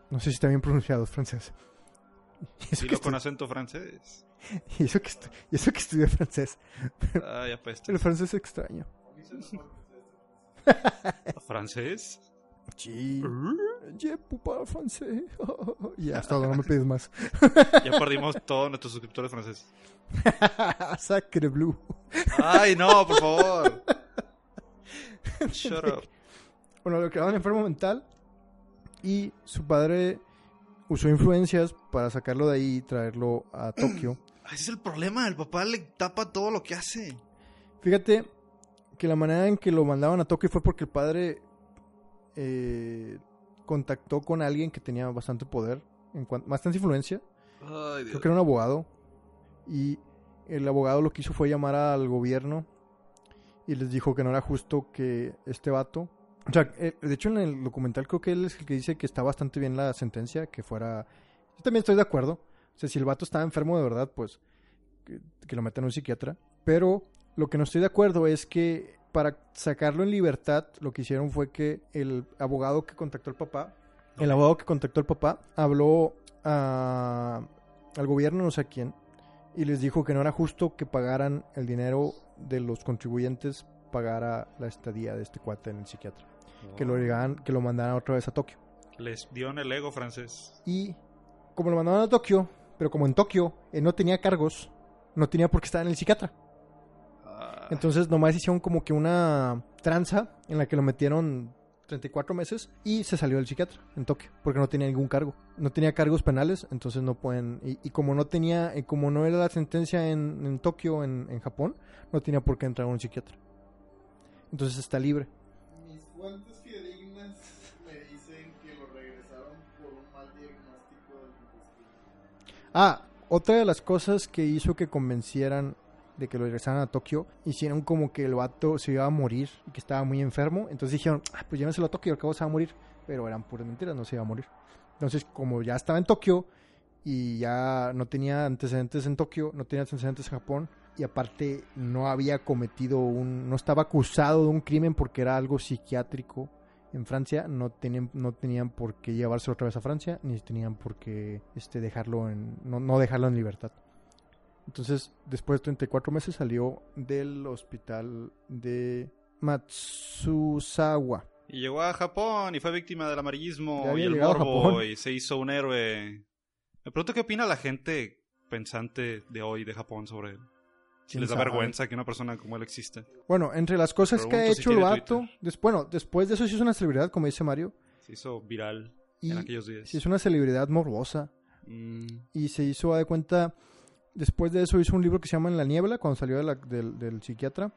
Speaker 2: No sé si está bien pronunciado, es francés. Y eso
Speaker 1: Dilo
Speaker 2: que este-
Speaker 1: con
Speaker 2: estu-
Speaker 1: acento francés.
Speaker 2: y eso que estu- y eso que estudié francés.
Speaker 1: Ay, apesta.
Speaker 2: El francés extraño.
Speaker 1: ¿Francés?
Speaker 2: Sí. Je parle français. ya, hasta ahora no me pides más.
Speaker 1: Ya perdimos todos nuestros suscriptores franceses.
Speaker 2: Sacre blue.
Speaker 1: Ay, no, por favor. Shut up.
Speaker 2: Bueno, lo crearon enfermo mental y su padre usó influencias para sacarlo de ahí y traerlo a Tokio.
Speaker 1: Ese es el problema. El papá le tapa todo lo que hace.
Speaker 2: Fíjate que la manera en que lo mandaban a Tokio fue porque el padre eh, contactó con alguien que tenía bastante poder, en cuan- bastante influencia.
Speaker 1: Ay, Dios.
Speaker 2: Creo que era un abogado. Y el abogado lo que hizo fue llamar al gobierno y les dijo que no era justo que este vato. O sea, eh, de hecho en el documental creo que él es el que dice que está bastante bien la sentencia, que fuera... Yo también estoy de acuerdo. O sea, si el vato estaba enfermo de verdad, pues que, que lo metan a un psiquiatra. Pero lo que no estoy de acuerdo es que para sacarlo en libertad, lo que hicieron fue que el abogado que contactó al papá, el abogado que contactó al papá, habló a, al gobierno, no sé a quién, y les dijo que no era justo que pagaran el dinero de los contribuyentes pagara la estadía de este cuate en el psiquiatra, que lo llegaban, que lo mandaran otra vez a Tokio.
Speaker 1: Les dio en el ego francés.
Speaker 2: Y como lo mandaban a Tokio, pero como en Tokio él no tenía cargos, no tenía por qué estar en el psiquiatra.
Speaker 1: Ah,
Speaker 2: Entonces nomás hicieron como que una tranza en la que lo metieron 34 meses y se salió del psiquiatra en Tokio porque no tenía ningún cargo. No tenía cargos penales, entonces no pueden... Y, y como no tenía, y como no era la sentencia en, en Tokio, en, en Japón, no tenía por qué entrar a un psiquiatra. Entonces está libre.
Speaker 3: Mis fuentes fidedignas me dicen que lo regresaron por un mal diagnóstico del intestino.
Speaker 2: Ah, otra de las cosas que hizo que convencieran de que lo regresaran a Tokio, hicieron como que el vato se iba a morir y que estaba muy enfermo. Entonces dijeron, ah, pues llévenselo a Tokio, al cabo se va a morir. Pero eran puras mentiras, no se iba a morir. Entonces, como ya estaba en Tokio y ya no tenía antecedentes en Tokio, no tenía antecedentes en Japón, y aparte no había cometido un, no estaba acusado de un crimen porque era algo psiquiátrico en Francia, no tenían, no tenían por qué llevárselo otra vez a Francia, ni tenían por qué este, dejarlo en, no, no dejarlo en libertad. Entonces, después de 34 meses salió del hospital de Matsusawa.
Speaker 1: Y llegó a Japón y fue víctima del
Speaker 2: Ya
Speaker 1: amarillismo y
Speaker 2: había
Speaker 1: el
Speaker 2: llegado a
Speaker 1: morbo
Speaker 2: Japón.
Speaker 1: y se hizo un héroe. Me pregunto qué opina la gente pensante de hoy de Japón sobre él. Si
Speaker 2: ¿Quién
Speaker 1: les da
Speaker 2: sabe?
Speaker 1: vergüenza que una persona como él exista.
Speaker 2: Bueno, entre las cosas que ha
Speaker 1: Pregunto si
Speaker 2: hecho el
Speaker 1: tiene
Speaker 2: vato, des- bueno, después de eso sí es una celebridad, como dice Mario,
Speaker 1: Se hizo viral
Speaker 2: y
Speaker 1: en aquellos días.
Speaker 2: sí es una celebridad morbosa.
Speaker 1: Mm,
Speaker 2: y se hizo a de cuenta después de eso hizo un libro que se llama En la niebla cuando salió de la- del, del psiquiatra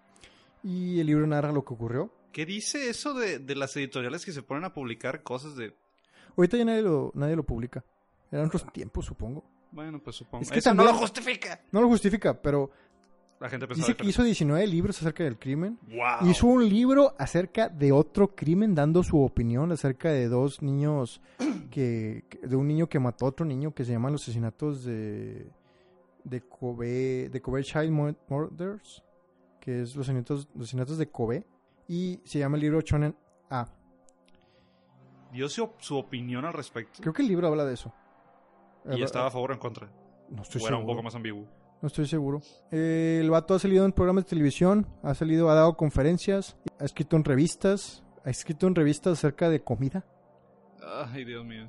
Speaker 2: y el libro narra lo que ocurrió
Speaker 1: ¿Qué dice eso de, de las editoriales que se ponen a publicar cosas de...
Speaker 2: ahorita ya nadie lo nadie lo publica eran otros tiempos supongo
Speaker 1: Bueno, pues supongo.
Speaker 2: Es que
Speaker 1: Eso
Speaker 2: también-
Speaker 1: no lo justifica.
Speaker 2: no lo justifica pero
Speaker 1: La gente pensaba...
Speaker 2: dice que hizo 19 libros acerca del crimen
Speaker 1: ¡Wow!
Speaker 2: hizo un libro acerca de otro crimen dando su opinión acerca de dos niños que que- de un niño que mató a otro niño que se llaman los asesinatos de de Kobe de Kobe Child Mur- Murders que es los asesinatos, los asesinatos de Kobe y se llama el libro Shonen A
Speaker 1: Dio su, su opinión al respecto.
Speaker 2: creo que el libro habla de eso
Speaker 1: Y estaba a favor o en contra.
Speaker 2: no estoy
Speaker 1: O era un
Speaker 2: seguro.
Speaker 1: poco más ambiguo.
Speaker 2: No estoy seguro. Eh, el vato ha salido en programas de televisión, ha salido, ha dado conferencias, ha escrito en revistas, ha escrito en revistas acerca de comida,
Speaker 1: Ay, Dios mío.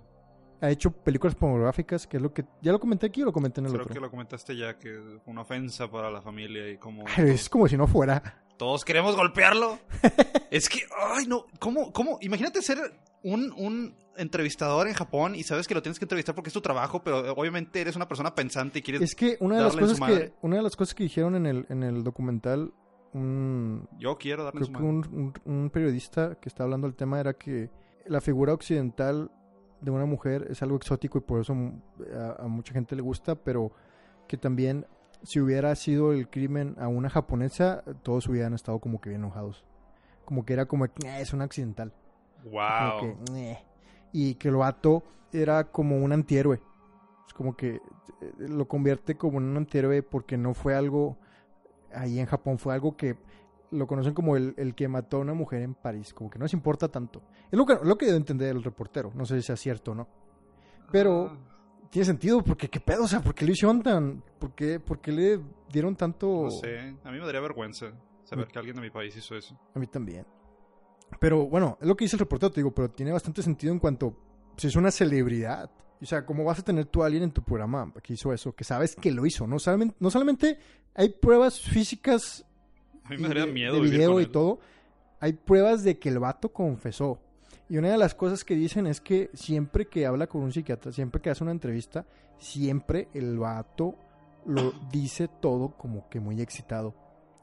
Speaker 2: ha hecho películas pornográficas, que es lo que... ¿Ya lo comenté aquí o lo comenté en el
Speaker 1: Creo
Speaker 2: otro?
Speaker 1: que lo comentaste ya, que fue una ofensa para la familia y como...
Speaker 2: Pero es como si no fuera.
Speaker 1: Todos queremos golpearlo. es que, ay, no, ¿cómo, cómo? Imagínate ser un, un entrevistador en Japón y sabes que lo tienes que entrevistar porque es tu trabajo, pero eh, obviamente eres una persona pensante y quieres...
Speaker 2: Es que una de las
Speaker 1: darle en
Speaker 2: cosas
Speaker 1: su
Speaker 2: que
Speaker 1: madre.
Speaker 2: una de las cosas que dijeron en el, en el documental, un,
Speaker 1: Yo quiero darle
Speaker 2: creo
Speaker 1: su
Speaker 2: que
Speaker 1: mano.
Speaker 2: un, un- un periodista que está hablando del tema era que la figura occidental de una mujer es algo exótico y por eso mm, a, a mucha gente le gusta, pero que también si hubiera sido el crimen a una japonesa, todos hubieran estado como que bien enojados. Como que era como, "Ah, es un occidental. Como
Speaker 1: Wow.
Speaker 2: que, "Neh". y que el vato era como un antihéroe. Es como que eh, lo convierte como en un antihéroe porque no fue algo ahí en Japón, fue algo que lo conocen como el, el que mató a una mujer en París, como que no les importa tanto. Es lo que, lo que debe entender el reportero, no sé si sea cierto o no. Pero
Speaker 1: Ah.
Speaker 2: tiene sentido, porque qué pedo, o sea, ¿por qué lo hicieron tan? ¿Por qué, por qué le dieron tanto?
Speaker 1: No sé, a mí me daría vergüenza saber que alguien de mi país hizo eso.
Speaker 2: A mí también. Pero bueno, es lo que dice el reportero, te digo, pero tiene bastante sentido en cuanto si es una celebridad. O sea, ¿cómo vas a tener tú a alguien en tu programa que hizo eso? Que sabes que lo hizo. No solamente, no solamente hay pruebas físicas
Speaker 1: A mí
Speaker 2: y
Speaker 1: me daría
Speaker 2: de-
Speaker 1: miedo
Speaker 2: de
Speaker 1: vivir
Speaker 2: video
Speaker 1: con
Speaker 2: y
Speaker 1: él.
Speaker 2: todo. Hay pruebas de que el vato confesó. Y una de las cosas que dicen es que siempre que habla con un psiquiatra, siempre que hace una entrevista, siempre el vato lo dice todo como que muy excitado.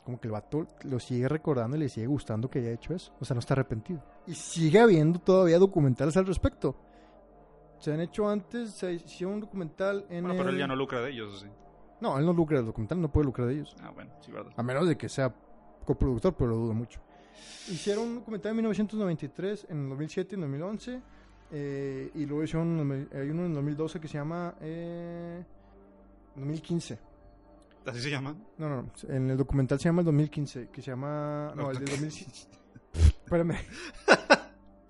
Speaker 2: Como que el vato lo sigue recordando y le sigue gustando que haya hecho eso. O sea, no está arrepentido. Y sigue habiendo todavía documentales al respecto. Se han hecho antes, se hizo un documental en.
Speaker 1: Bueno, pero él
Speaker 2: el-
Speaker 1: ya no lucra de ellos, ¿o sí?
Speaker 2: No, él no lucra del documental, no puede lucrar de ellos.
Speaker 1: Ah, bueno, sí, verdad.
Speaker 2: A menos de que sea coproductor, pero lo dudo mucho. Hicieron un documental en 1993, en el 2007 y en 2011. eh, y luego hicieron un en el- hay uno en el 2012 que se llama... eh, 2015.
Speaker 1: ¿Así se llama?
Speaker 2: No, no, no. En el documental se llama el 2015, que se llama... No, el del 2015. Espérame.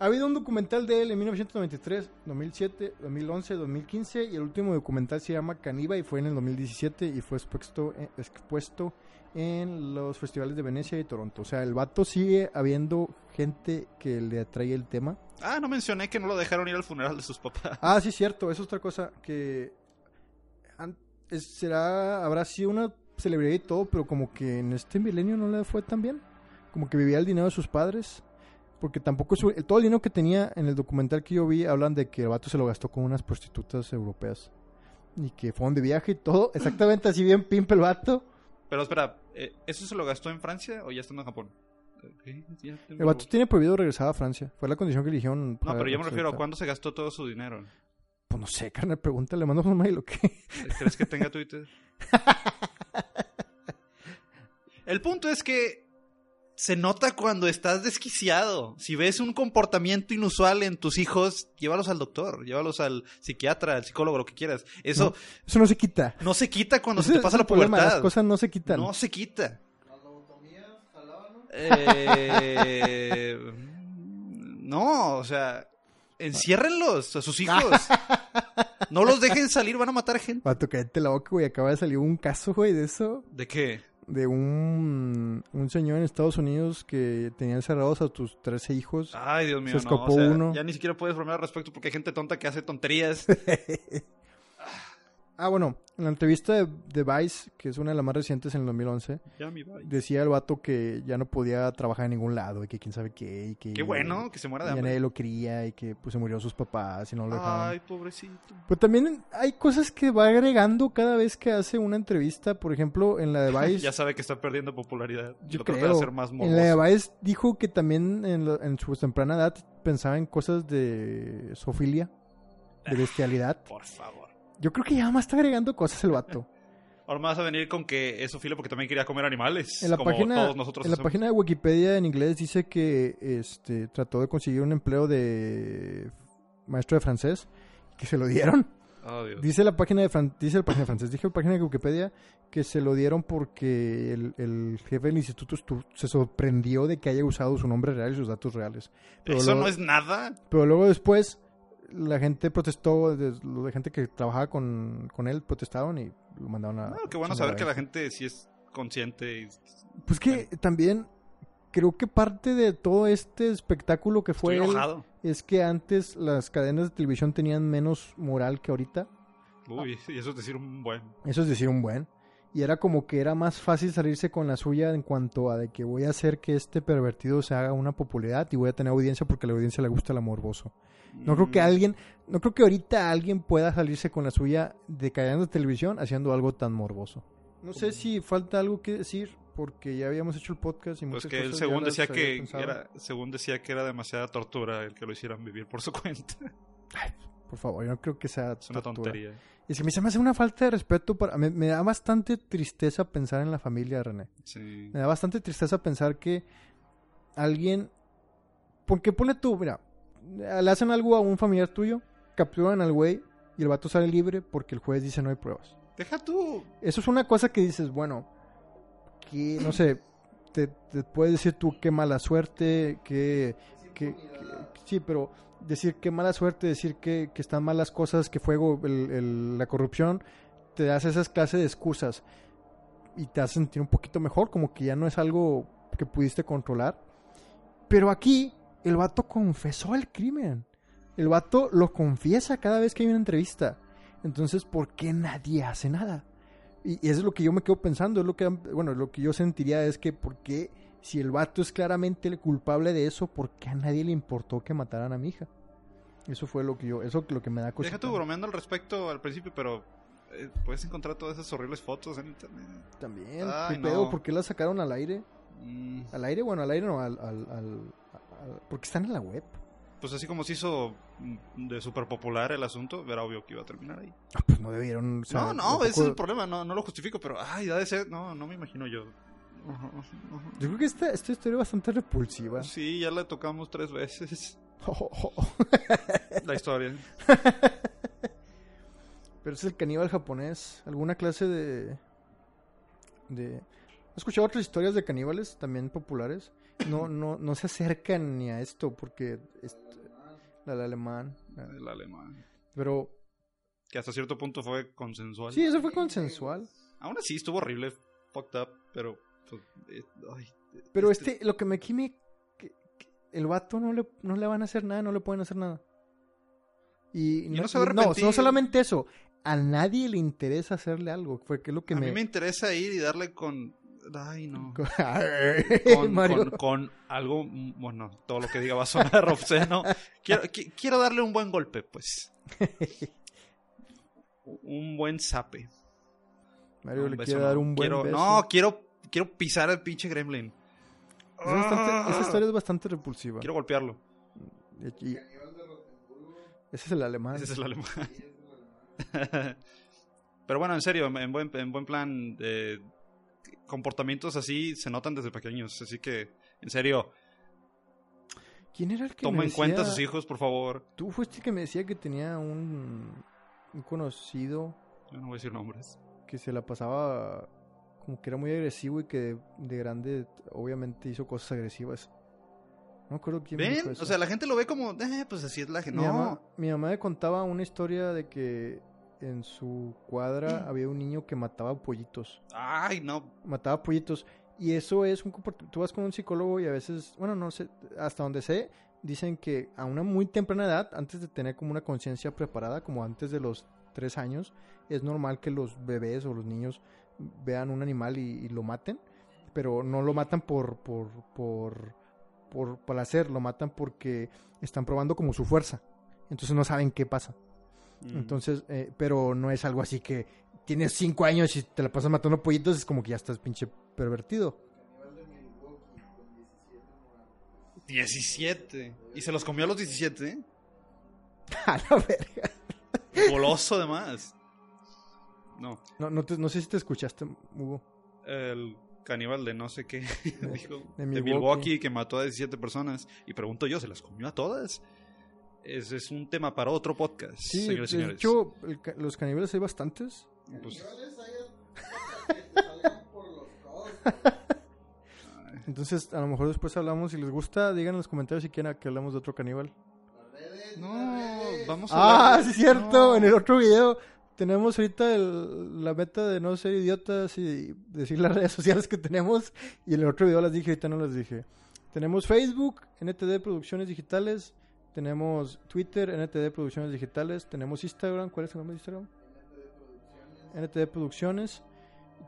Speaker 2: Ha habido un documental de él en 1993, 2007, 2011, 2015 y el último documental se llama Caniba y fue en el 2017 y fue expuesto, eh, expuesto en los festivales de Venecia y Toronto. O sea, el vato sigue habiendo gente que le atrae el tema.
Speaker 1: Ah, no mencioné que no lo dejaron ir al funeral de sus papás.
Speaker 2: Ah, sí, cierto, eso es otra cosa que an- es- será habrá sido una celebridad y todo, pero como que en este milenio no le fue tan bien, como que vivía el dinero de sus padres, porque tampoco su- todo el dinero que tenía en el documental que yo vi hablan de que el vato se lo gastó con unas prostitutas europeas y que fueron de viaje y todo, exactamente así bien pimpe el vato.
Speaker 1: Pero espera, ¿eh, ¿eso se lo gastó en Francia o ya estando en Japón? Ok, ya te-
Speaker 2: El vato tiene prohibido regresar a Francia, fue la condición que eligieron.
Speaker 1: No,
Speaker 2: para
Speaker 1: pero yo me refiero a
Speaker 2: extraditar.
Speaker 1: cuándo se gastó todo su dinero.
Speaker 2: Pues no sé, carnal, pregunta, le mando un mail o qué.
Speaker 1: ¿Crees que tenga Twitter? El punto es que se nota cuando estás desquiciado. Si ves un comportamiento inusual en tus hijos, llévalos al doctor, llévalos al psiquiatra, al psicólogo, lo que quieras. Eso
Speaker 2: Eso no se quita.
Speaker 1: no, se quita cuando
Speaker 2: Ese
Speaker 1: se te
Speaker 2: es
Speaker 1: pasa
Speaker 2: el
Speaker 1: la
Speaker 2: problema,
Speaker 1: pubertad.
Speaker 2: Las cosas no se quitan.
Speaker 1: No se quita.
Speaker 3: La lobotomía jalaba, ¿no?
Speaker 1: Eh, no, o sea, enciérrenlos a sus hijos. No los dejen salir, van a matar gente.
Speaker 2: Vato, cállate la boca, güey. Acaba de salir un caso, güey, de eso.
Speaker 1: ¿De qué?
Speaker 2: De un, un señor en Estados Unidos que tenía encerrados a tus 13 hijos.
Speaker 1: Ay, Dios mío,
Speaker 2: Se
Speaker 1: no. o
Speaker 2: escapó
Speaker 1: sea,
Speaker 2: uno.
Speaker 1: Ya ni siquiera puedes bromear al respecto porque hay gente tonta que hace tonterías.
Speaker 2: Ah, bueno. En la entrevista de, de Vice, que es una de las más recientes en el 2011,
Speaker 1: Ya, mi bye.
Speaker 2: decía el vato que ya no podía trabajar en ningún lado y que quién sabe qué. Y que
Speaker 1: Qué bueno que se muera de
Speaker 2: Ya
Speaker 1: hambre.
Speaker 2: nadie lo quería y que pues se murieron sus papás y no lo dejaron.
Speaker 1: Ay, pobrecito.
Speaker 2: Pero también hay cosas que va agregando cada vez que hace una entrevista. Por ejemplo, en la de Vice.
Speaker 1: Ya sabe que está perdiendo popularidad.
Speaker 2: Yo
Speaker 1: lo trata de
Speaker 2: creo.
Speaker 1: hacer más
Speaker 2: en la de
Speaker 1: morboso.
Speaker 2: Baez dijo que también en, la- en su temprana edad pensaba en cosas de sofilia, de bestialidad.
Speaker 1: Por favor.
Speaker 2: Yo creo que ya más está agregando cosas el vato.
Speaker 1: Ahora me vas a venir con que eso filo porque también quería comer animales.
Speaker 2: En la,
Speaker 1: como
Speaker 2: página,
Speaker 1: todos nosotros
Speaker 2: en la
Speaker 1: hacemos.
Speaker 2: página de Wikipedia en inglés dice que este, trató de conseguir un empleo de maestro de francés, que se lo dieron.
Speaker 1: Oh, Dios.
Speaker 2: Dice la página de Fran- dice la página de francés, dije la página de Wikipedia que se lo dieron porque el, el jefe del instituto estu- se sorprendió de que haya usado su nombre real y sus datos reales. Pero
Speaker 1: Eso
Speaker 2: luego-
Speaker 1: no es nada.
Speaker 2: Pero luego después la gente protestó, de- la gente que trabajaba con, con él protestaron y lo mandaron a...
Speaker 1: No, Ah, qué bueno saber que la gente sí es consciente. y-
Speaker 2: Pues que también creo que parte de todo este espectáculo que
Speaker 1: Estoy
Speaker 2: fue él
Speaker 1: enojado.
Speaker 2: es que antes las cadenas de televisión tenían menos moral que ahorita.
Speaker 1: Uy, y eso es decir un buen.
Speaker 2: Eso es decir un buen. Y era como que era más fácil salirse con la suya en cuanto a de que voy a hacer que este pervertido se haga una popularidad y voy a tener audiencia porque a la audiencia le gusta el morboso. No creo que
Speaker 1: Mm,
Speaker 2: alguien, no creo que ahorita alguien pueda salirse con la suya de cadena de televisión haciendo algo tan morboso. No sé si falta algo que decir porque ya habíamos hecho el podcast y
Speaker 1: Pues
Speaker 2: muchas
Speaker 1: que él
Speaker 2: cosas ya
Speaker 1: según
Speaker 2: las
Speaker 1: decía
Speaker 2: había
Speaker 1: que
Speaker 2: pensado.
Speaker 1: era, según decía que era demasiada tortura el que lo hicieran vivir por su cuenta.
Speaker 2: Por favor, yo no creo que sea
Speaker 1: Es una
Speaker 2: tortura.
Speaker 1: tontería. Y
Speaker 2: Es que a mí se me hace una falta de respeto para... Me, me da bastante tristeza pensar en la familia de René.
Speaker 1: Sí.
Speaker 2: Me da bastante tristeza pensar que alguien... Porque pone tú, mira, le hacen algo a un familiar tuyo, capturan al güey y el vato sale libre porque el juez dice no hay pruebas.
Speaker 1: Deja tú.
Speaker 2: Eso es una cosa que dices, bueno, que no sé, te, te puedes decir tú qué mala suerte, que, que- que- sí, pero decir qué mala suerte, decir que, que están malas cosas, que fue go- el- el- la corrupción, te das esas clases de excusas y te hace sentir un poquito mejor, como que ya no es algo que pudiste controlar. Pero aquí el vato confesó el crimen. El vato lo confiesa cada vez que hay una entrevista. Entonces, ¿por qué nadie hace nada? Y, y eso es lo que yo me quedo pensando, es lo que, bueno, lo que yo sentiría es que ¿por qué si el vato es claramente el culpable de eso, por qué a nadie le importó que mataran a mi hija? Eso fue lo que yo, eso lo que me da
Speaker 1: Deja
Speaker 2: cosita.
Speaker 1: tú bromeando al respecto al principio, pero eh, puedes encontrar todas esas horribles fotos en internet.
Speaker 2: También,
Speaker 1: Ay,
Speaker 2: ¿qué pedo?
Speaker 1: no.
Speaker 2: ¿Por qué la sacaron al aire?
Speaker 1: Mm,
Speaker 2: Al aire, bueno, al aire no, al, al, al- al- porque están en la web.
Speaker 1: Pues así como se hizo mm, de súper popular el asunto, era obvio que iba a terminar ahí.
Speaker 2: Ah, pues no debieron. o sea,
Speaker 1: no, no, ese es el
Speaker 2: tampoco-
Speaker 1: problema, no, no lo justifico, pero ay, ha de ser, no, no me imagino yo. Ujú, ujú, ujú.
Speaker 2: Yo creo que esta, esta historia es bastante repulsiva. Oh,
Speaker 1: Sí, ya la tocamos tres veces la historia.
Speaker 2: Pero es el caníbal japonés. ¿Alguna clase de. de. He escuchado otras historias de caníbales también populares. No, no, no se acercan ni a esto porque. es- la del alemán. la-
Speaker 1: El alemán.
Speaker 2: Pero.
Speaker 1: Que hasta cierto punto fue consensual.
Speaker 2: Sí, eso fue consensual.
Speaker 1: Aún así estuvo horrible, fucked up, pero. pues, eh, ay,
Speaker 2: Pero
Speaker 1: Este-
Speaker 2: este, lo que me quime, que- que el vato no le, no le van a hacer nada, no le pueden hacer nada. Y,
Speaker 1: no se va a arrepentir.
Speaker 2: no solamente eso, a nadie le interesa hacerle algo, fue que es lo que
Speaker 1: a
Speaker 2: me...
Speaker 1: mí me interesa ir y darle con. Ay, no.
Speaker 2: con,
Speaker 1: con,
Speaker 2: Mario.
Speaker 1: con- con algo, mm, bueno, todo lo que diga va a sonar obsceno. Quiero, qui- quiero darle un buen golpe, pues. Un buen zape.
Speaker 2: Mario
Speaker 1: Un
Speaker 2: le
Speaker 1: beso,
Speaker 2: quiere dar un buen
Speaker 1: quiero-
Speaker 2: beso.
Speaker 1: No, quiero, quiero pisar al pinche gremlin.
Speaker 2: Es bastante- esa
Speaker 1: Ah,
Speaker 2: historia es bastante repulsiva.
Speaker 1: Quiero golpearlo.
Speaker 2: Y- y- ese es el alemán.
Speaker 1: Ese es el alemán. Pero bueno, en serio, en buen, en buen plan, eh, comportamientos así se notan desde pequeños. Así que, en serio,
Speaker 2: ¿Quién era el que
Speaker 1: tomen
Speaker 2: me
Speaker 1: en cuenta a
Speaker 2: decía-
Speaker 1: sus hijos, por favor.
Speaker 2: Tú fuiste el que me decía que tenía un, un conocido
Speaker 1: Yo no voy a decir nombres.
Speaker 2: que se la pasaba como que era muy agresivo y que de, de grande obviamente hizo cosas agresivas. No me acuerdo quién me dijo
Speaker 1: ¿Ven?
Speaker 2: eso.
Speaker 1: O sea, la gente lo ve como, eh, pues así es la gente.
Speaker 2: mi, mamá,
Speaker 1: No.
Speaker 2: mi mamá me contaba una historia de que en su
Speaker 1: Mm.
Speaker 2: cuadra había un niño que mataba pollitos.
Speaker 1: Ay, no.
Speaker 2: mataba pollitos. Y eso es un comportamiento. Tú vas con un psicólogo y a veces, bueno, no sé, hasta donde sé, dicen que a una muy temprana edad, antes de tener como una conciencia preparada, como antes de los tres años, es normal que los bebés o los niños vean un animal y, y lo maten, pero no lo matan por, por, por, por placer, lo matan porque están probando como su fuerza. Entonces no saben qué pasa.
Speaker 1: Mm.
Speaker 2: Entonces, eh, pero no es algo así que tienes cinco años y te la pasas matando pollitos, es como que ya estás pinche pervertido.
Speaker 3: Caníbal de Milwaukee con 17 muertos.
Speaker 1: 17. Y se los comió a los 17, ¿eh?
Speaker 2: A la verga.
Speaker 1: Goloso de más. No.
Speaker 2: No, no, te- no sé si te escuchaste, Hugo.
Speaker 1: El caníbal de no sé qué dijo. De Milwaukee.
Speaker 2: Milwaukee.
Speaker 1: que mató a 17 personas. Y pregunto yo, ¿se las comió a todas? Es, es un tema para otro podcast,
Speaker 2: Sí, pues,
Speaker 1: señores y
Speaker 2: de
Speaker 1: señores.
Speaker 2: hecho, el ca- los caníbales hay bastantes.
Speaker 1: Pues-
Speaker 3: Caníbales hay hasta que te salgan por los codos.
Speaker 2: Entonces, a lo mejor después hablamos. Si les gusta, digan en los comentarios si quieren que hablamos de otro caníbal.
Speaker 3: Las redes, las
Speaker 1: No,
Speaker 3: redes.
Speaker 1: vamos a
Speaker 2: Ah,
Speaker 1: hablar de-
Speaker 2: sí, cierto.
Speaker 1: No.
Speaker 2: En el otro video tenemos ahorita el- la meta de no ser idiotas y decir las redes sociales que tenemos. Y en el otro video las dije, ahorita no las dije. Tenemos Facebook, NTD Producciones Digitales. Tenemos Twitter, NTD Producciones Digitales. Tenemos Instagram. ¿Cuál es el nombre de Instagram? NTD Producciones.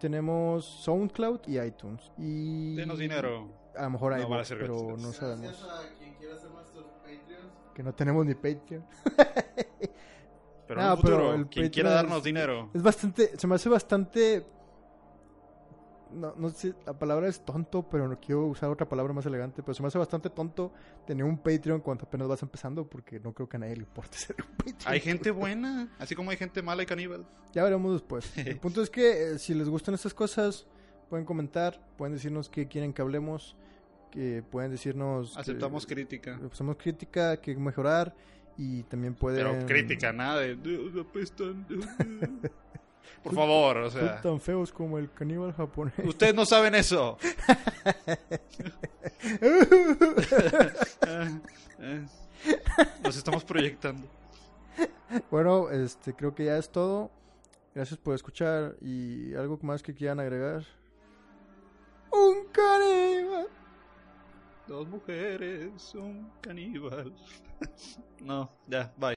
Speaker 2: Tenemos SoundCloud y iTunes. Y
Speaker 1: Denos dinero.
Speaker 2: A lo mejor
Speaker 1: No,
Speaker 2: hay,
Speaker 1: van a ser
Speaker 2: pero
Speaker 1: gratis.
Speaker 2: no
Speaker 3: Gracias
Speaker 2: sabemos.
Speaker 3: a quien quiera ser nuestros Patreons.
Speaker 2: Que no tenemos ni Patreon.
Speaker 1: Pero
Speaker 2: No,
Speaker 1: en un futuro,
Speaker 2: Ah, pero el
Speaker 1: quien quiera
Speaker 2: Patreon
Speaker 1: darnos
Speaker 2: es-
Speaker 1: dinero.
Speaker 2: Es bastante, se me hace bastante... No, no sé, la palabra es tonto, pero no quiero usar otra palabra más elegante, pero se me hace bastante tonto tener un Patreon cuando apenas vas empezando, porque no creo que a nadie le importe ser un Patreon.
Speaker 1: Hay gente buena, así como hay gente mala y caníbal.
Speaker 2: Ya veremos después. El punto es que eh, si les gustan estas cosas, pueden comentar, pueden decirnos qué quieren que hablemos, que pueden decirnos... que-
Speaker 1: Aceptamos crítica.
Speaker 2: Aceptamos crítica, que mejorar, y también pueden...
Speaker 1: Pero crítica, nada de. "Dios, apestan". Por favor, o
Speaker 2: Son
Speaker 1: sea.
Speaker 2: tan feos como el caníbal japonés.
Speaker 1: Ustedes no saben eso. Ah, ah. Nos estamos proyectando.
Speaker 2: Bueno, este, creo que ya es todo. Gracias por escuchar y algo más que quieran agregar. Un caníbal.
Speaker 1: Dos mujeres, un caníbal. No, ya, bye.